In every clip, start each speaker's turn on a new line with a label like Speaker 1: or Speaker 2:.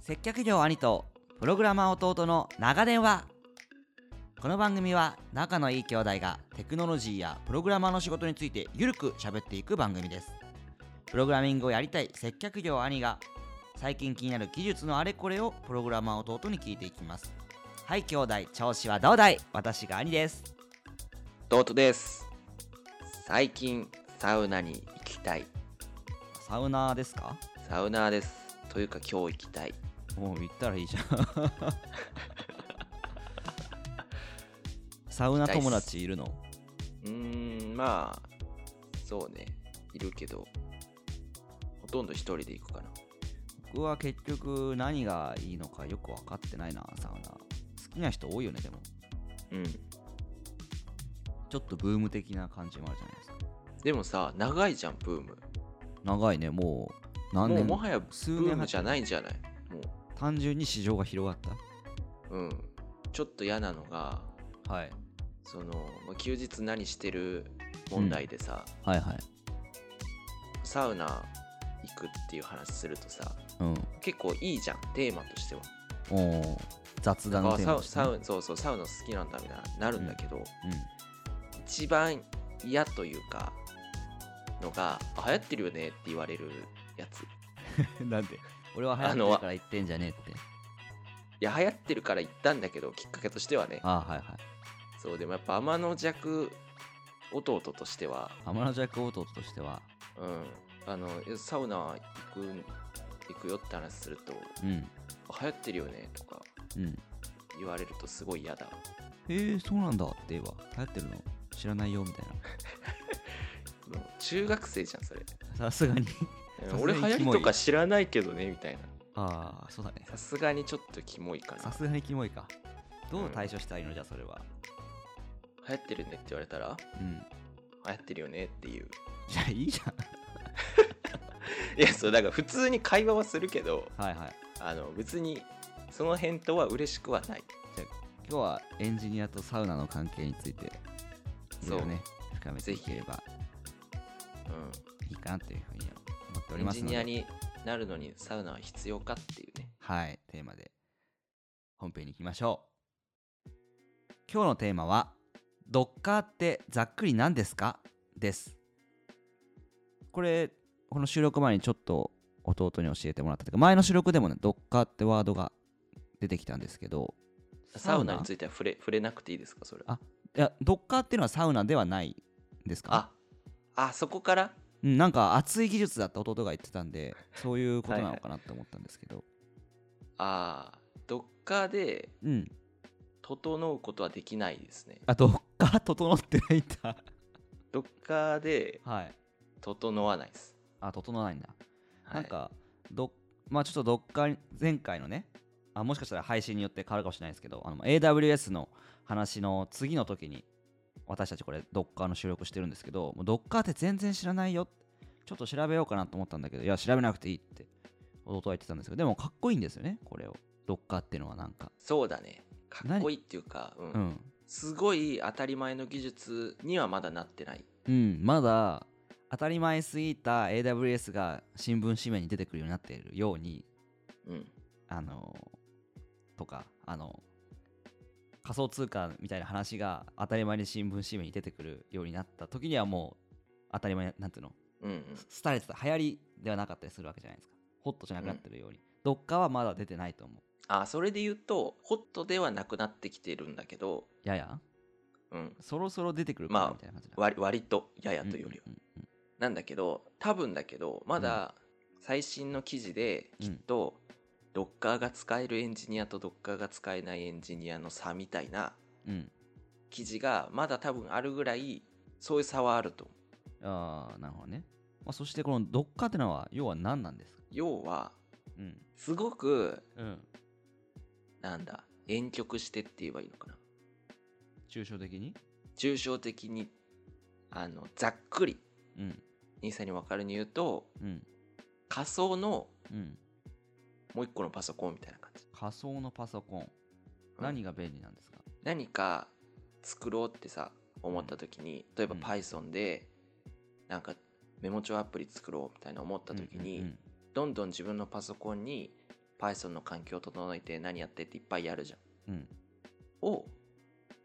Speaker 1: 接客業兄とプログラマー弟の長電話この番組は仲のいい兄弟がテクノロジーやプログラマーの仕事についてゆるく喋っていく番組ですプログラミングをやりたい接客業兄が最近気になる技術のあれこれをプログラマー弟に聞いていきますはい兄弟調子はどうだい私が兄です
Speaker 2: 弟です最近サウナに行きたい
Speaker 1: サウナーですか
Speaker 2: サウナーですというか今日行きたい
Speaker 1: もう行ったらいいじゃん サウナ友達いるの
Speaker 2: うーんまあそうねいるけどほとんど一人で行くかな
Speaker 1: 僕は結局何がいいのかよく分かってないなサウナ好きな人多いよねでも
Speaker 2: うん
Speaker 1: ちょっとブーム的な感じもあるじゃないですか
Speaker 2: でもさ長いじゃんブーム
Speaker 1: 長いねもう何
Speaker 2: もう
Speaker 1: 年
Speaker 2: もはやブ
Speaker 1: 数
Speaker 2: ー
Speaker 1: 経っ
Speaker 2: ム
Speaker 1: て
Speaker 2: じゃないんじゃないも
Speaker 1: 単純に市場が広がっ
Speaker 2: ううんちょっと嫌なのが
Speaker 1: た、はい、
Speaker 2: そのまあ休日何してる問題でさ、
Speaker 1: はいはい
Speaker 2: サウナ行くっていう話するとさ
Speaker 1: うん
Speaker 2: 結構いいじゃんテーマとしては
Speaker 1: おー雑談
Speaker 2: あ
Speaker 1: のテーマ
Speaker 2: サ
Speaker 1: としてね
Speaker 2: ウサウそうそうサウナ好きなんだみたいになるんだけど、
Speaker 1: うん
Speaker 2: 一番嫌というかのがあ流行ってるよねって言われるやつい
Speaker 1: なんで俺は流行ってるから言ってんじゃねえって
Speaker 2: や流行ってるから言ったんだけどきっかけとしてはね
Speaker 1: ああーはいはい
Speaker 2: そうでもやっぱ天の弱弟としては、
Speaker 1: 浜のジャック弟としては
Speaker 2: うん、あのサウナ行く行くよって話すると
Speaker 1: うん
Speaker 2: 流行ってるよねとか
Speaker 1: うん
Speaker 2: 言われるとすごい嫌だ
Speaker 1: へえそうなんだって言えば流行ってるの知らないよみたい
Speaker 2: もう中学生じゃんそれ
Speaker 1: なさすが にさすがに
Speaker 2: 俺流行り
Speaker 1: キモい
Speaker 2: とか知らないけどねみたいな
Speaker 1: ああそうだね
Speaker 2: さすがにちょっとキモいかな
Speaker 1: さすがにキモいかど
Speaker 2: う
Speaker 1: うん対処したらいいのじゃあそれは
Speaker 2: 流行ってるねって言われたら
Speaker 1: うん
Speaker 2: 流行ってるよねっていう
Speaker 1: じゃあいいじゃん
Speaker 2: いやそうだから普通に会話はするけど
Speaker 1: はいはい
Speaker 2: あの別にその返答は嬉しくはない
Speaker 1: 今日はエンジニアとサウナの関係についてい
Speaker 2: そ
Speaker 1: ろ
Speaker 2: う
Speaker 1: いろね深めていければ
Speaker 2: う
Speaker 1: いいかなというふうに思ってお
Speaker 2: ん、
Speaker 1: り
Speaker 2: エン
Speaker 1: ます
Speaker 2: ジ
Speaker 1: の
Speaker 2: ニア
Speaker 1: で
Speaker 2: になるのにサウナは必要かっていうね
Speaker 1: はいテーマで本編に行きましょう今日のテーマは「ドッカーってざっくり何ですか?」ですこれこの収録前にちょっと弟に教えてもらったというか前の収録でもね「ドッカーってワードが出てきたんですけど
Speaker 2: サウナについては触れ触れなくていいですかそれ
Speaker 1: あいやドッカーっていうのはサウナではないですか
Speaker 2: ああそこから
Speaker 1: うん、なんか熱い技術だって弟が言ってたんでそういうことなのかなって思ったんですけど
Speaker 2: ああどっかで
Speaker 1: うん
Speaker 2: 整うことはできないですね
Speaker 1: あドッカー整ってないんだ
Speaker 2: どっかで
Speaker 1: はい
Speaker 2: 整わないです、
Speaker 1: あ整わないんだ、
Speaker 2: はい、
Speaker 1: なんかどまあちょっとドッカー前回のねあもしかしたら配信によって変わるかもしれないですけどあの AWS の話の次の時に私たちこれドッカーの収録してるんですけどもうドッカーって全然知らないよちょっと調べようかなと思ったんだけどいや調べなくていいって弟は言ってたんですけどでもかっこいいんですよねこれをドッカーっていうのはなんか
Speaker 2: そうだねかっこいいっていうか、う、
Speaker 1: うんん
Speaker 2: すごい当たり前の技術にはまだなってない
Speaker 1: うん、まだ当たり前すぎた AWS が新聞紙面に出てくるようになっているように、
Speaker 2: うん
Speaker 1: あのとか、あの仮想通貨みたいな話が当たり前に新聞紙面に出てくるようになった時にはもう当たり前、なんていうの、
Speaker 2: うんうん
Speaker 1: 廃れてた、流行りではなかったりするわけじゃないですか。ホットじゃなくなってるように。どっかはまだ出てないと思う。
Speaker 2: あそれで言うとホットではなくなってきてるんだけど、
Speaker 1: やや
Speaker 2: うん、
Speaker 1: そろそろ出てくるか
Speaker 2: ま
Speaker 1: な
Speaker 2: あ
Speaker 1: みたいな感じだ。
Speaker 2: 割割とやや
Speaker 1: うん
Speaker 2: というよりは、
Speaker 1: うんうん
Speaker 2: なんだけど多分だけどまだ最新の記事できっと、ドッカーが使えるエンジニアとドッカーが使えないエンジニアの差みたいな
Speaker 1: うんうん。
Speaker 2: 記事がまだ多分あるぐらいそういう差はあると思う
Speaker 1: ああ、なるほどね。まあ、そしてこのどっかってのは、要は何なんですか
Speaker 2: 要は
Speaker 1: うん。
Speaker 2: すごく
Speaker 1: うん。
Speaker 2: なんだ婉曲してって言えばいいのかな
Speaker 1: 抽象的に
Speaker 2: 抽象的にあのざっくり
Speaker 1: うん。
Speaker 2: 兄さんに分かるように言うと
Speaker 1: うん。
Speaker 2: 仮想の
Speaker 1: うん。
Speaker 2: もう一個のパソコンみたいな感じ
Speaker 1: 仮想のパソコン。
Speaker 2: うん
Speaker 1: 何が便利なんですか
Speaker 2: 何か作ろうってさ思った時に例えば
Speaker 1: うん
Speaker 2: Python でなんかメモ帳アプリ作ろうみたいな思った時に、
Speaker 1: うんうん
Speaker 2: どんどん自分のパソコンに Python の環境を整えて何やってっていっぱいやるじゃん。
Speaker 1: うん
Speaker 2: を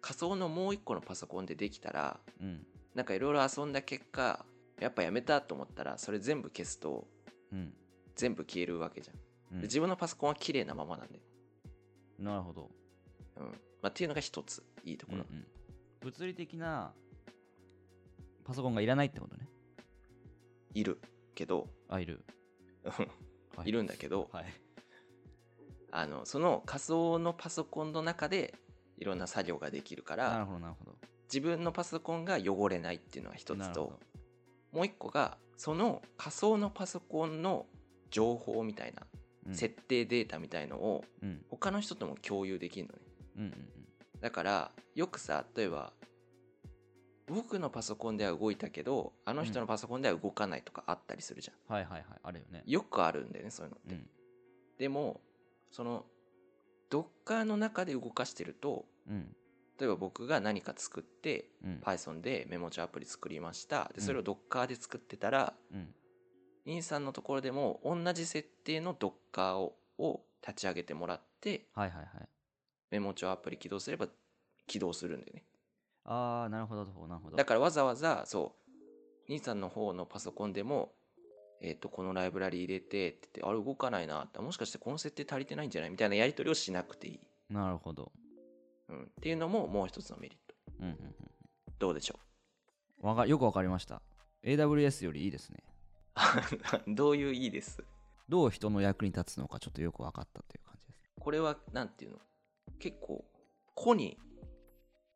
Speaker 2: 仮想のもう一個のパソコンでできたら
Speaker 1: うん
Speaker 2: なんかいろいろ遊んだ結果やっぱやめたと思ったらそれ全部消すと
Speaker 1: うん
Speaker 2: 全部消えるわけじゃん。
Speaker 1: うん
Speaker 2: で自分のパソコンは綺麗なままなんで。
Speaker 1: なるほど、
Speaker 2: うんまあ、っていうのが一ついいところ。
Speaker 1: うん物理的なパソコンがいらないってことね
Speaker 2: いるけど、
Speaker 1: あいる、はい
Speaker 2: いるんだけど
Speaker 1: はい
Speaker 2: あのその仮想のパソコンの中でいろんな作業ができるか
Speaker 1: なる
Speaker 2: ら
Speaker 1: ほどなるほど
Speaker 2: 自分のパソコンが汚れないっていうのが一
Speaker 1: な
Speaker 2: つ
Speaker 1: るほ
Speaker 2: と
Speaker 1: ど
Speaker 2: もう一個がその仮想のパソコンの情報みたいな、
Speaker 1: うん
Speaker 2: 設定データみたいのを
Speaker 1: うん
Speaker 2: 他の人とも共有できるのね
Speaker 1: うんうん
Speaker 2: だからよくさ例えば僕のパソコンでは動いたけどあの人のパソコンでは動かないとかあったりするじゃん、
Speaker 1: うんはいはいはいあるよね
Speaker 2: よくあるんだよねそういうのって、
Speaker 1: うん
Speaker 2: でもそのドッカーの中で動かしてると
Speaker 1: うん
Speaker 2: 例えば僕が何か作って
Speaker 1: うん
Speaker 2: Python でメモ帳アプリ作りました
Speaker 1: う
Speaker 2: で
Speaker 1: ん
Speaker 2: それを Docker で作ってたら、
Speaker 1: うん
Speaker 2: 兄さんのところでも同じ設定の Docker をを立ち上げてもらって
Speaker 1: はいはいはい
Speaker 2: メモ帳アプリ起動すれば起動するんだよね
Speaker 1: ああなるほどなるほど
Speaker 2: だからわざわざそう兄さんの方のパソコンでもえっ、とこのライブラリ入れてって言ってあれ動かないなってもしかしてこの設定足りてないんじゃないみたいなやり取りをしなくていい、
Speaker 1: なるほど
Speaker 2: うん、っていうのももう一つのメリット
Speaker 1: うんうんうん
Speaker 2: どうでしょ
Speaker 1: わかよくわかりました AWS よりいいですね
Speaker 2: う どういういいです
Speaker 1: どう人の役に立つのかちょっとよくわかったという感じです
Speaker 2: これはなんていうの結構個に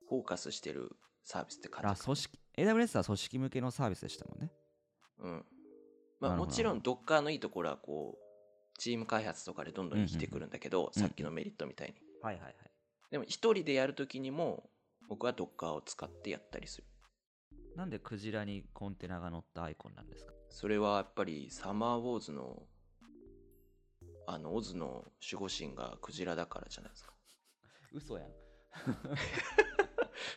Speaker 2: フォーカスしてるサービスって感
Speaker 1: あ
Speaker 2: じか
Speaker 1: 組織 AWS は組織向けのサービスでしたもんね
Speaker 2: うんま
Speaker 1: な
Speaker 2: あ
Speaker 1: るほど
Speaker 2: もちろん Docker のいいところはこうチーム開発とかでどんどん生きてくるんだけど、
Speaker 1: うんうん
Speaker 2: さっきのメリットみたいに、
Speaker 1: はいはいはい
Speaker 2: でも一人でやるときにも僕は Docker を使ってやったりする
Speaker 1: なんでクジラにコンテナが乗ったアイコンなんですか
Speaker 2: それはやっぱりサマーウォーズのあのオズの守護神がクジラだからじゃないですか
Speaker 1: 嘘やん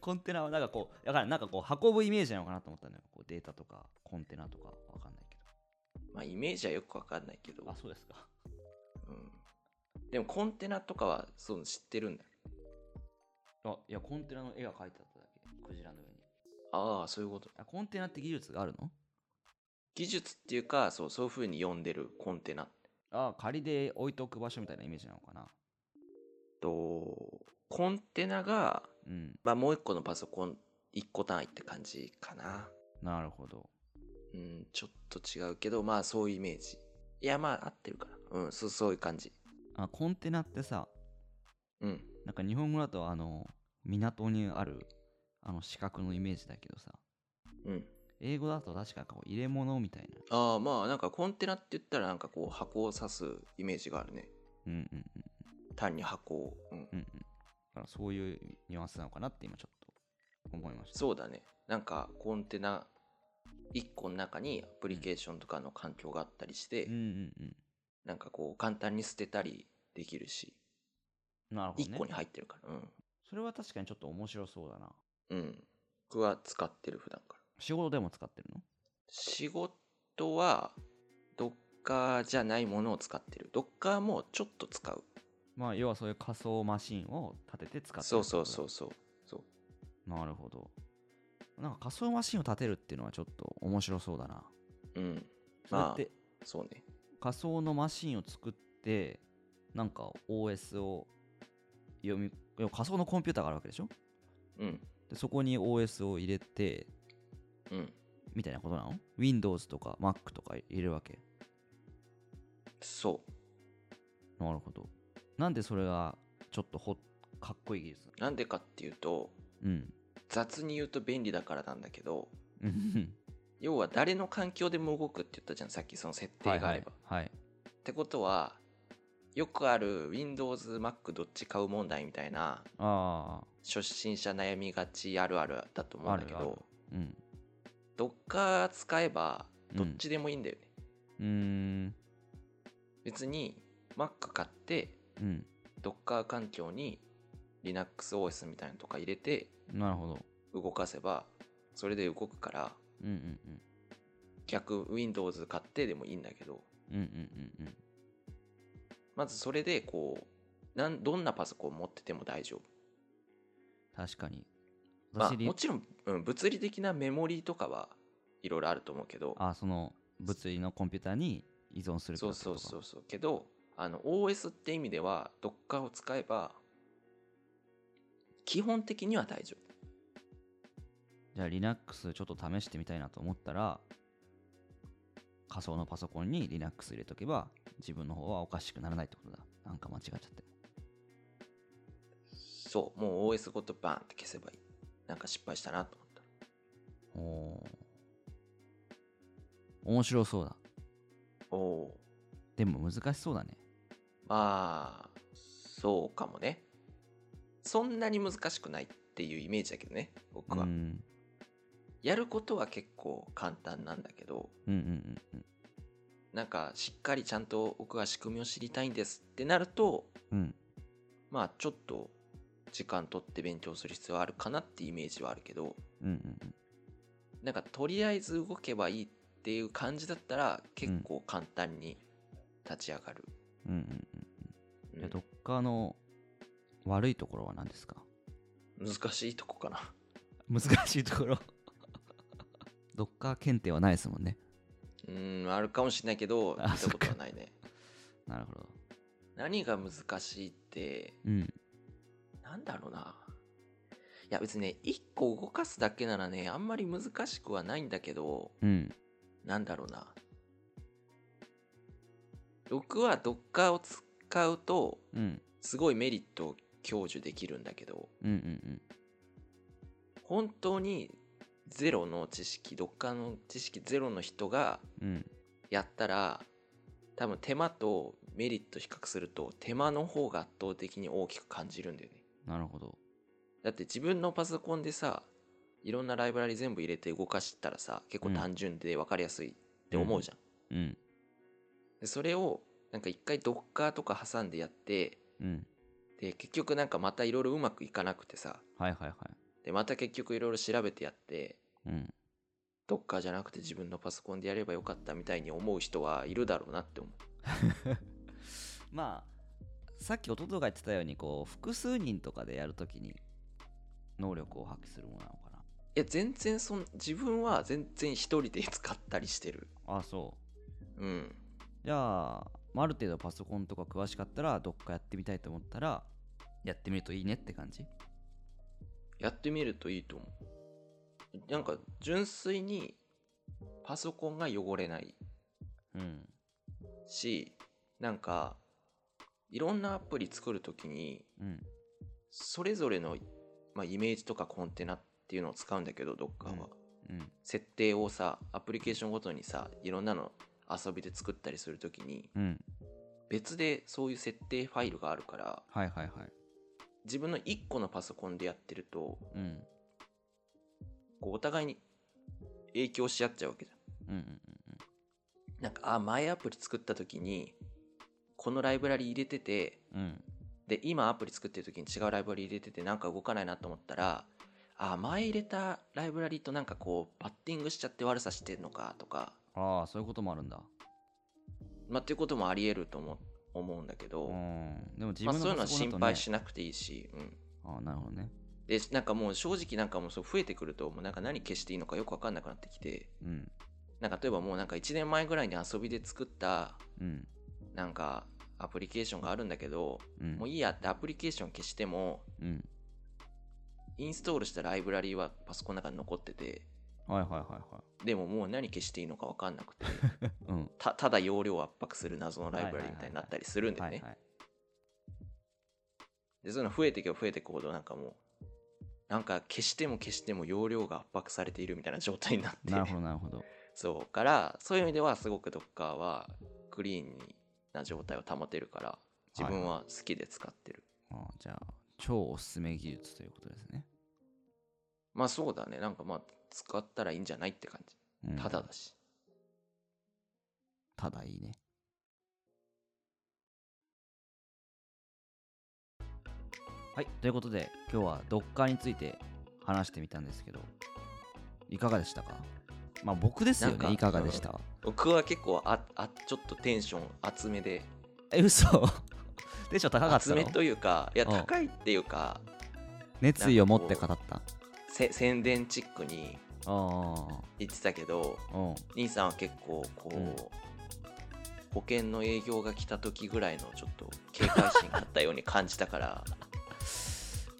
Speaker 1: コンテナはなんかこうだからんなんかこう運ぶイメージなのかなと思ったんだよこうデータとかコンテナとかわかんないけ
Speaker 2: まあイメージはよくわかんないけど
Speaker 1: どあ、そうですか
Speaker 2: うん、でもコンテナとかはそう知ってるんだ
Speaker 1: あいやコンテナの絵が描いてあっただけクジラの上に
Speaker 2: ああそういうこと
Speaker 1: あコンテナって技術があるの
Speaker 2: 技術っていうかそうそういうふうに呼んでるコンテナ
Speaker 1: あ仮で置いておく場所みたいなイメージなのかな
Speaker 2: とコンテナが、
Speaker 1: うん
Speaker 2: まあ、もう一個のパソコン一個単位って感じかな
Speaker 1: なるほど
Speaker 2: うんちょっと違うけどまあそういうイメージいやまあ合ってるかなうんそうそういう感じ
Speaker 1: あコンテナってさ
Speaker 2: うん
Speaker 1: なんか日本語だとあの港にあるあの四角のイメージだけどさ
Speaker 2: うん
Speaker 1: 英語だと確かこう入れ物みたいな
Speaker 2: ああまあなんかコンテナって言ったらなんかこう箱を指すイメージがあるね
Speaker 1: うんうんうんだ
Speaker 2: 単に箱を、うん、
Speaker 1: からそういうニュアンスなのかなって今ちょっと思いました
Speaker 2: そうだねなんかコンテナ1個の中にアプリケーションとかの環境があったりして、
Speaker 1: うんうんうん
Speaker 2: なんかこう簡単に捨てたりできるし
Speaker 1: なるほど
Speaker 2: 1個
Speaker 1: ね
Speaker 2: に入ってるからうん
Speaker 1: それは確かにちょっと面白そうだな
Speaker 2: うん僕は使ってる普段から
Speaker 1: 仕事でも使ってるの
Speaker 2: 仕事はドッカーじゃないものを使ってるドッカーもちょっと使う
Speaker 1: まあ要はそういう仮想マシンを立てて使ってる
Speaker 2: そうそうそ
Speaker 1: っ
Speaker 2: う
Speaker 1: てこ
Speaker 2: そうそう
Speaker 1: とだなるほどなんか仮想マシンを立てるっていうのはちょっと面白そうだな
Speaker 2: うん
Speaker 1: それ
Speaker 2: ま
Speaker 1: っ
Speaker 2: あ
Speaker 1: て
Speaker 2: そうね
Speaker 1: 仮想のマシンを作ってなんか OS を読み要は仮想のコンピューターがあるわけでしょ
Speaker 2: うん
Speaker 1: でそこに OS を入れて
Speaker 2: うん
Speaker 1: みたいなことなの ?Windows とか Mac とか入れるわけ
Speaker 2: そ
Speaker 1: なるほどなんでそれがちょっとほっかっこいい技術
Speaker 2: うなんでかっていうと
Speaker 1: うん
Speaker 2: 雑に言うと便利だからなんだけど
Speaker 1: うんうん
Speaker 2: 要は誰の環境でも動くって言ったじゃんさっきその設定 が
Speaker 1: は
Speaker 2: あ
Speaker 1: い
Speaker 2: れば、
Speaker 1: はいはい
Speaker 2: ってことはよくある WindowsMac どっち買う問題みたいな
Speaker 1: ああ
Speaker 2: 初心者悩みがちあるあるだと思うんだけ
Speaker 1: あるあ
Speaker 2: ど
Speaker 1: うん
Speaker 2: ドッカー使えば
Speaker 1: うん
Speaker 2: どっちでもいいんだよね、
Speaker 1: うーん
Speaker 2: 別に Mac 買って
Speaker 1: うん
Speaker 2: ドッカー環境に LinuxOS みたいなのとか入れて
Speaker 1: なるほど
Speaker 2: 動かせばそれで動くから
Speaker 1: うんうんうん
Speaker 2: 逆 Windows 買ってでもいいんだけど
Speaker 1: うんうんうんうん
Speaker 2: まずそれでこうなんどんなパソコンを持ってても大丈夫
Speaker 1: 確かに。
Speaker 2: まあ、
Speaker 1: 私リ
Speaker 2: もちろん、うん、物理的なメモリーとかはいろいろあると思うけど
Speaker 1: あその物理のコンピューターに依存する
Speaker 2: そうそうそううそうけどあの OS って意味では Docker を使えば基本的には大丈夫
Speaker 1: じゃあ Linux ちょっと試してみたいなと思ったら仮想のパソコンに Linux 入れとけば自分の方はおかしくならないってことだなんか間違っちゃって
Speaker 2: そうもう OS ごとバーンって消せばいいなんか失敗したなと思っ
Speaker 1: お
Speaker 2: た
Speaker 1: おー面白そうだ
Speaker 2: おおー
Speaker 1: でも難しそうだね
Speaker 2: まあそうかもねそんなに難しくないっていうイメージだけどね僕は、
Speaker 1: うん
Speaker 2: やることは結構簡単なんだけど
Speaker 1: うんうんうんうん
Speaker 2: なんかしっかりちゃんと僕は仕組みを知りたいんですってなると
Speaker 1: うん
Speaker 2: まあちょっと時間取って勉強する必要はあるかなってイメージはあるけど
Speaker 1: うんうんうん
Speaker 2: なんかとりあえず動けばいいっていう感じだったら結構簡単に立ち上がる、
Speaker 1: うんうんうん
Speaker 2: うん
Speaker 1: じゃあ Docker の悪いところは何ですか
Speaker 2: 難しいとこかな
Speaker 1: 難しいとこ ろ Docker 検定はないですもんね
Speaker 2: うんあるかもしれないけど見
Speaker 1: あ
Speaker 2: たことはないね
Speaker 1: なるほど
Speaker 2: 何が難しいって
Speaker 1: うん
Speaker 2: なんだろうないや別にね1個動かすだけならねあんまり難しくはないんだけど
Speaker 1: うん
Speaker 2: なんだろうな僕は Docker を使うと
Speaker 1: うん
Speaker 2: すごいメリットを享受できるんだけど
Speaker 1: うんうん
Speaker 2: 本当にゼロの知識 Docker の知識ゼロの人が
Speaker 1: うんうん
Speaker 2: やったら多分手間とメリット比較すると手間の方が圧倒的に大きく感じるんだよね
Speaker 1: なるほど
Speaker 2: だって自分のパソコンでさいろんなライブラリ全部入れて動かしたらさ結構単純で分かりやすいって思うじゃん、
Speaker 1: うん
Speaker 2: でそれをなんか一回 Docker とか挟んでやって
Speaker 1: うん
Speaker 2: で結局なんかまたいろいろうまくいかなくてさ
Speaker 1: はいはいは
Speaker 2: でまた結局いろいろ調べてやって
Speaker 1: いうん
Speaker 2: Docker じゃなくて自分のパソコンでやればよかったみたいに思う人はいるだろうなって思
Speaker 1: まあさっき弟が言ってたようにこう複数人とかでやるときに能力を発揮するものなのか
Speaker 2: ういや全然そん自分は全然一人で使ったりしてる
Speaker 1: なあそ
Speaker 2: うん
Speaker 1: うじゃあ、まあ、ある程度パソコンとか詳しかったらどっかやってみたいと思ったらやってみるといいねって感じ
Speaker 2: やってみるといいと思うなんか純粋にパソコンが汚れない
Speaker 1: うん
Speaker 2: しなんかいろんなアプリ作るときに
Speaker 1: うん
Speaker 2: それぞれの、まあ、イメージとかコンテナっていうのを使うんだけどどっかは、
Speaker 1: うんうん
Speaker 2: 設定をさアプリケーションごとにさいろんなの遊びで作ったりするときに
Speaker 1: うん
Speaker 2: 別でそういう設定ファイルがあるから
Speaker 1: はいはいはい
Speaker 2: 自分の1個のパソコンでやってると
Speaker 1: うん
Speaker 2: こうお互いに影響し合っちゃうわけじゃ
Speaker 1: うんうん
Speaker 2: んなんかあ前アプリ作ったときにこのライブラリ入れてて
Speaker 1: うんうん
Speaker 2: で今アプリ作ってる時に違うライブラリ入れててなんか動かないなと思ったらあ前入れたライブラリとなんかこうパッティングしちゃって悪さしてんのかとか、
Speaker 1: ああそういうこともあるんだ
Speaker 2: まあ、っていうこともありえると思う思うんだけど、
Speaker 1: うんでも自
Speaker 2: まあ、
Speaker 1: 分
Speaker 2: そう
Speaker 1: の
Speaker 2: いうの
Speaker 1: パ
Speaker 2: は
Speaker 1: ソコン
Speaker 2: 心
Speaker 1: だとね、
Speaker 2: 配しなくていいし、うん、
Speaker 1: ああなるほどね
Speaker 2: でなんかもう正直なんかもうそう増えてくるともうなんか何消していいのかよく分かんなくなってきて
Speaker 1: うん
Speaker 2: なんか例えばもうなんか1年前ぐらいに遊びで作った
Speaker 1: うん
Speaker 2: なんかアプリケーションがあるんだけど、
Speaker 1: うん
Speaker 2: もういいやってアプリケーション消しても
Speaker 1: うん
Speaker 2: インストールしたライブラリはパソコンの中に残ってて
Speaker 1: はいはいはいは
Speaker 2: でももう何消していいのか分かんなくて
Speaker 1: いうん
Speaker 2: た ただ容量を圧迫する謎のライブラリみたいになったりするんだよ
Speaker 1: はい
Speaker 2: ね
Speaker 1: はい
Speaker 2: でそういうの増えていけば増えていくほどなんかもうなんか消しても消しても容量が圧迫されているみたいな状態になって
Speaker 1: なるほどなるほど
Speaker 2: そうからそういう意味ではすごく Docker はクリーンな状態を保てるから自分は好きで使ってる、
Speaker 1: あじゃあ超おすすめ技術ということですね、
Speaker 2: まあそうだねなんかまあ使ったらいいんじゃないって感じ
Speaker 1: うん
Speaker 2: ただだし、
Speaker 1: ただいいねはいということで今日は Docker について話してみたんですけどいかがでしたかまあ僕ですよ
Speaker 2: なんか
Speaker 1: ねいかがでした
Speaker 2: 僕は結構ああちょっとテンション厚めで
Speaker 1: え嘘 テンション高かった
Speaker 2: 集め
Speaker 1: の
Speaker 2: というかいや
Speaker 1: うん
Speaker 2: 高いっていうか
Speaker 1: 熱意を持って語った
Speaker 2: せ宣伝チックに
Speaker 1: あ
Speaker 2: 言ってたけど
Speaker 1: あうん
Speaker 2: 兄さんは結構こう、
Speaker 1: うん
Speaker 2: 保険の営業が来た時ぐらいのちょっと警戒心があったように感じたから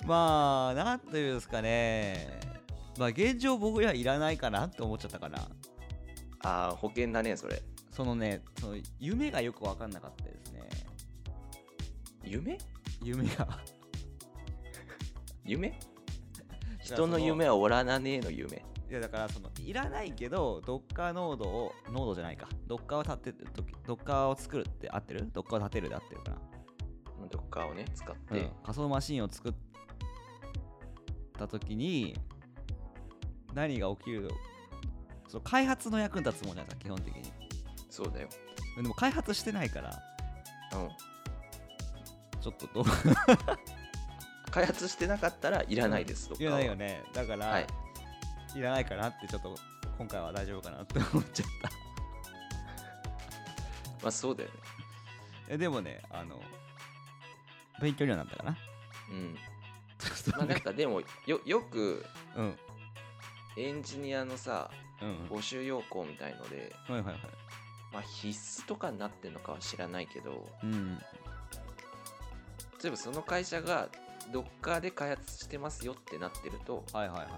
Speaker 1: まあなんというんですかねまあ現状僕にはいらないかなって思っちゃったから
Speaker 2: ああ保険だねそれ
Speaker 1: そのねその夢がよく分かんなかったですね
Speaker 2: 夢
Speaker 1: 夢が
Speaker 2: 夢
Speaker 1: いや
Speaker 2: 人の
Speaker 1: その
Speaker 2: 夢はおらなねえの夢
Speaker 1: いやだからそのいらないけどドッカーノードをノードじゃないかドッカーを立てるドッカーを作るって合ってるドッカーを立てるで合ってるかな
Speaker 2: どっかをね使っ
Speaker 1: で
Speaker 2: て、
Speaker 1: 仮想マシンを作った時に何が起きるのその開発の役に立つもんじゃないですか基本的に
Speaker 2: そうだよ
Speaker 1: でも開発してないから
Speaker 2: うん
Speaker 1: ちょっとどう
Speaker 2: 開発してなかったらいらないです、どっ
Speaker 1: い
Speaker 2: か
Speaker 1: ら
Speaker 2: は
Speaker 1: ないよねだから、
Speaker 2: はいい、
Speaker 1: らないかなってちょっと今回は大丈夫かなって思っちゃっ
Speaker 2: まあそうだよね
Speaker 1: た えでもねあの勉強にはなったかな
Speaker 2: うん
Speaker 1: ちょっと
Speaker 2: まあなんかでもよよく
Speaker 1: うん
Speaker 2: エンジニアのさ
Speaker 1: うん
Speaker 2: 募集要項みたいので、
Speaker 1: はいはいはい
Speaker 2: まあ、必須とかになってるのかは知らないけど
Speaker 1: うん
Speaker 2: 例えばその会社がドッカーで開発してますよってなってると
Speaker 1: はいはいはい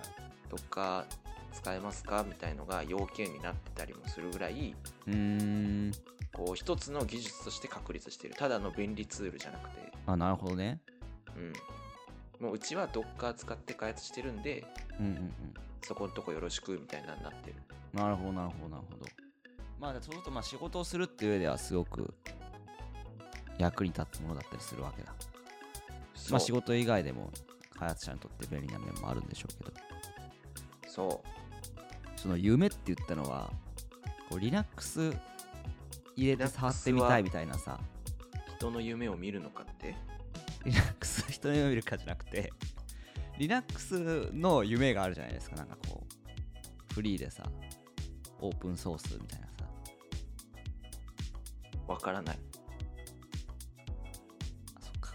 Speaker 2: ドッカー使えますかみたいのが要件になってたりもするぐらいう
Speaker 1: ーん
Speaker 2: こう一つの技術として確立してるただの便利ツールじゃなくて、
Speaker 1: あなるほどね
Speaker 2: うん、もううちはドッカー使って開発してるんで
Speaker 1: うんうんうん
Speaker 2: そこのとこよろしくみたいなのになってる
Speaker 1: なるほどなるほどなるほどまあじゃあちょっとまあ仕事をするっていう上ではすごく役に立つものだったりするわけだまあ仕
Speaker 2: 事
Speaker 1: 事以外でも開発者にとって便利な面もあるんでしょうけど
Speaker 2: そ
Speaker 1: その夢って言ったのはこう Linux 入れて触ってみたいみたいなさ
Speaker 2: う人の夢を見るのかって
Speaker 1: Linux 人の夢見るかじゃなくて Linux の夢があるじゃないですかなんかこうフリーでさオープンソースみたいなさ
Speaker 2: わからない
Speaker 1: あそっか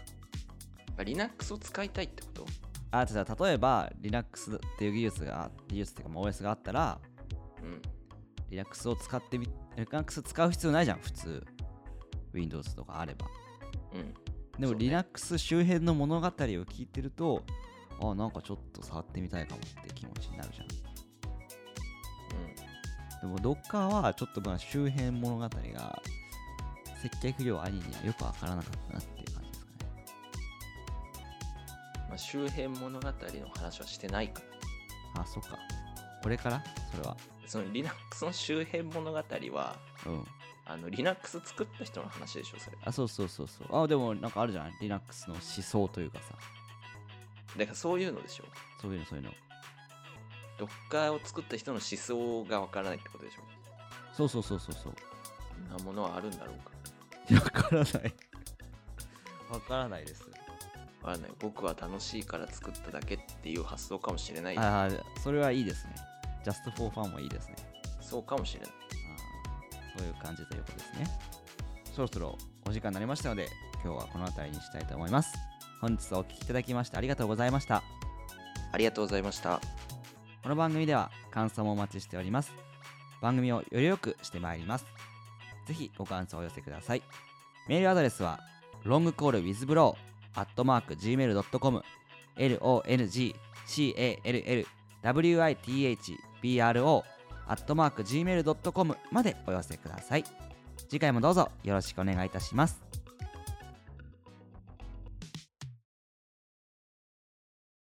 Speaker 2: まあ Linux を使いたいってこと
Speaker 1: あ違う例えば Linux っていう技術が技術っていうかまあ OS があったら
Speaker 2: うん
Speaker 1: Linux を使ってみ Linux 使う必要ないじゃん普通 Windows とかあれば
Speaker 2: うん
Speaker 1: でも、
Speaker 2: そうね
Speaker 1: Linux 周辺の物語を聞いてるとあなんかちょっと触ってみたいかもって気持ちになるじゃんでも Docker はちょっとまあ周辺物語が接客業兄にはよくわからなかったなっていう感じですかね
Speaker 2: まあ、周辺物語の話はしてないから
Speaker 1: あそっかこれからそれは
Speaker 2: その Linux の周辺物語は
Speaker 1: うん
Speaker 2: あの Linux 作った人の話でしょそれ
Speaker 1: あそうそうそうそうあでもなんかあるじゃない Linux の思想というかさ
Speaker 2: だからそういうのでしょ
Speaker 1: そういうのそういうの
Speaker 2: Docker を作った人の思想がわからないってことでしょ
Speaker 1: そうそうそうそうそう
Speaker 2: そんなものはあるんだろうか
Speaker 1: わからないわからないです
Speaker 2: わからない僕は楽しいから作っただけっていう発想かもしれない
Speaker 1: ああそれはいいですね Just for fun もいいですね
Speaker 2: そうかもしれない
Speaker 1: あーそういう感じということですねそろそろお時間になりましたので今日はこの辺りにしたいと思います本日はお聴きいただきましてありがとうございました
Speaker 2: ありがとうございました
Speaker 1: この番組では感想もお待ちしております番組をより良くしてまいりますぜひご感想をお寄せくださいメールアドレスは longcallwithbro.gmail.com longcallwithbro.gmail.com までお寄せください次回もどうぞよろしくお願いいたします